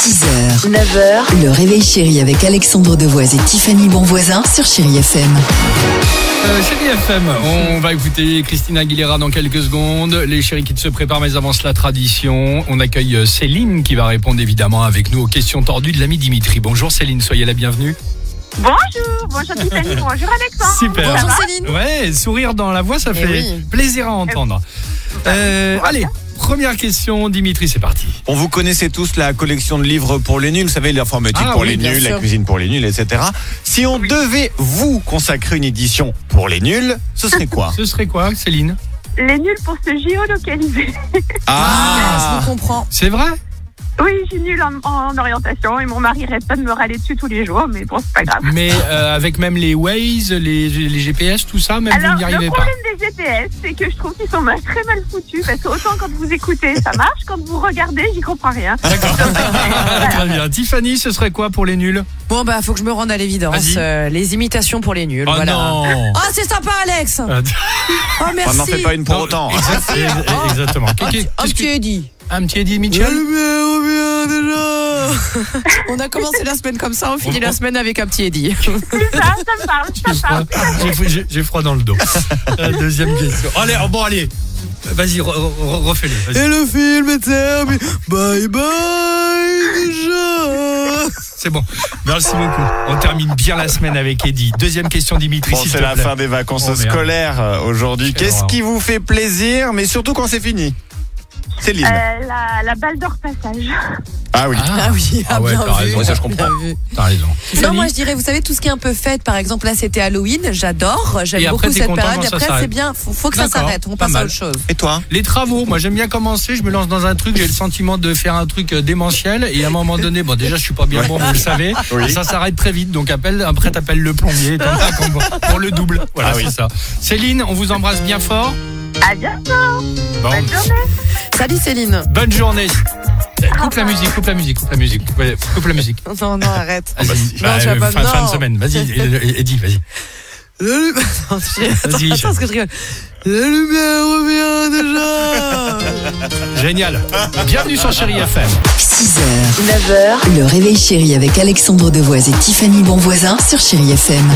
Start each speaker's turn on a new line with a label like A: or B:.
A: 6h, 9h, le réveil chéri avec Alexandre Devoise et Tiffany Bonvoisin sur Chéri FM.
B: Euh, Chérie FM, on va écouter Christina Aguilera dans quelques secondes. Les chéris qui se préparent, mais avance la tradition. On accueille euh, Céline qui va répondre évidemment avec nous aux questions tordues de l'ami Dimitri. Bonjour Céline, soyez la bienvenue.
C: Bonjour, bonjour Tiffany, bonjour Alexandre.
B: Super.
C: Ça
A: Bonjour
C: va
A: Céline.
B: Ouais, sourire dans la voix, ça
A: Eh
B: fait
A: oui.
B: plaisir à entendre. Euh, allez, première question, Dimitri, c'est parti.
D: Bon, vous connaissez tous la collection de livres pour les nuls, vous savez, l'informatique
B: Ah
D: pour
B: oui,
D: les
A: bien
D: nuls, la
A: sûr.
D: cuisine pour les nuls, etc. Si on devait vous consacrer une édition pour les nuls, ce serait quoi
B: Ce serait quoi, Céline
C: Les nuls pour se géolocaliser.
A: Ah, je vous comprends.
B: C'est vrai
C: Oui, je suis nulle en, en orientation et mon mari rêve pas de me râler dessus tous les jours, mais bon, c'est pas grave.
B: Mais euh, avec même les Waze, les, les GPS, tout ça, même
C: Alors,
B: vous n'y
C: le
B: arrivez pas.
C: problème des GPS, c'est que je trouve qu'ils sont mal- très mal foutus, parce que autant quand vous écoutez, ça marche, quand vous regardez, j'y comprends rien.
B: Ah,
C: euh,
B: Très bien. Tiffany, ce serait quoi pour les nuls
E: Bon bah faut que je me rende à l'évidence.
B: Vas-y.
E: Euh, les imitations pour les nuls.
B: Oh
E: voilà.
B: non
E: Ah c'est sympa Alex.
B: Ah,
E: Oh
D: On
E: merci.
D: n'en fait pas une pour
B: Non,
D: autant.
B: exact- ex- Exactement.
E: Un
B: Qu'est-
E: petit- un
B: qu'est-ce que-
E: petit Eddie.
B: Un petit Eddie
E: Eh bien,
B: Mitchell
E: oh bien, déjà. On a commencé la semaine comme ça, on finit la semaine avec un petit Eddie.
C: Plus ça, ça me parle, ça me parle.
B: J'ai froid- j'ai- J'ai froid dans le dos. Euh, Deuxième question. Allez, oh, bon, allez. Vas-y, re- re- refais-le. vas-y.
E: Et le film est terminé. Bye bye déjà.
B: C'est bon. Merci beaucoup. On termine bien la semaine avec Eddie. Deuxième question, Dimitri.
D: Bon,
B: s'il
D: c'est
B: te
D: la
B: plaît.
D: fin des vacances
B: Oh, merde.
D: scolaires euh, aujourd'hui.
B: Quelle
D: Qu'est-ce
B: horreur.
D: qui vous fait plaisir, mais surtout quand c'est fini Céline.
C: Euh, la, la balle d'or passage.
D: Ah oui.
E: Ah oui,
B: Ah
E: ah,
B: ouais,
E: bien
B: t'as
E: vu,
B: raison, ça, je
E: bien
B: comprends.
E: vu.
B: T'as raison.
A: Non,
E: Fanny
A: moi je dirais, vous savez, tout ce qui est un peu fête, par exemple, là c'était Halloween, j'adore,
B: Et
A: j'aime
B: après,
A: beaucoup
B: t'es
A: cette
B: content
A: période,
B: quand
A: et
B: ça
A: après
B: s'arrête.
A: c'est bien, faut, faut que ça
B: D'accord,
A: s'arrête, on
B: pas
A: passe
B: mal.
A: à autre chose.
D: Et toi
B: Les travaux, moi j'aime bien commencer, je me lance dans un truc, j'ai le sentiment de faire un truc euh, démentiel et à un moment donné, bon déjà je suis pas bien bon, vous le savez,
D: Oui.
B: et ça s'arrête très vite, donc appelle, après t'appelles le plombier, t'en as comme- pour le double, voilà
D: Ah oui.
B: c'est ça. Céline, on vous embrasse bien fort,
C: À bientôt,
B: Bon,
C: bonne journée.
E: Salut Céline.
B: bonne journée. Coupe la musique, coupe la musique, coupe la musique, coupe la- coupe la musique.
E: Non non arrête.
B: Vas-y.
E: tu vas pas-
B: Bah, euh, fin, fin de
E: non.
B: semaine, vas-y, Eddie, vas-y.
E: Le lumière. Euh, Attends,
B: Vas-y,
E: je- attends, ce que je rigole. La lumière revient déjà.
B: Génial. Bienvenue sur Chéri FM.
A: 6h, 9h, le réveil chéri avec Alexandre Devoise et Tiffany Bonvoisin sur Chéri FM.